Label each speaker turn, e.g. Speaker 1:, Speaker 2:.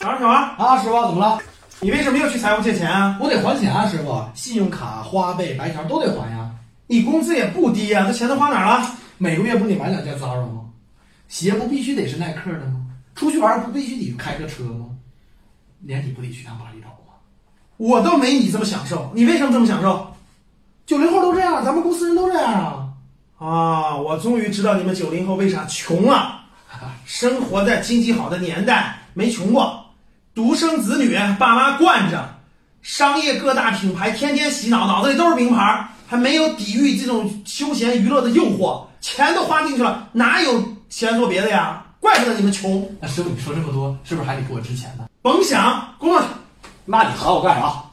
Speaker 1: 小王，小王，
Speaker 2: 啊，师傅怎么了？
Speaker 1: 你为什么又去财务借钱啊？
Speaker 2: 我得还钱啊，师傅，信用卡、花呗、白条都得还呀。
Speaker 1: 你工资也不低啊呀、这钱都花哪儿了？
Speaker 2: 每个月不得买两件 Zara 吗？鞋不必须得是耐克的吗？出去玩不必须得开个车吗？年底不得去趟巴厘岛吗？
Speaker 1: 我都没你这么享受，你为什么这么享受？
Speaker 2: 九零后都这样，咱们公司人都这样啊。
Speaker 1: 啊，我终于知道你们九零后为啥穷了，生活在经济好的年代，没穷过，独生子女，爸妈惯着，商业各大品牌天天洗脑，脑子里都是名牌，还没有抵御这种休闲娱乐的诱惑，钱都花进去了，哪有钱做别的呀？怪不得你们穷，
Speaker 2: 那师傅，你说这么多，是不是还得给我支钱呢？
Speaker 1: 甭想，工作去。
Speaker 2: 那你喊我干啥？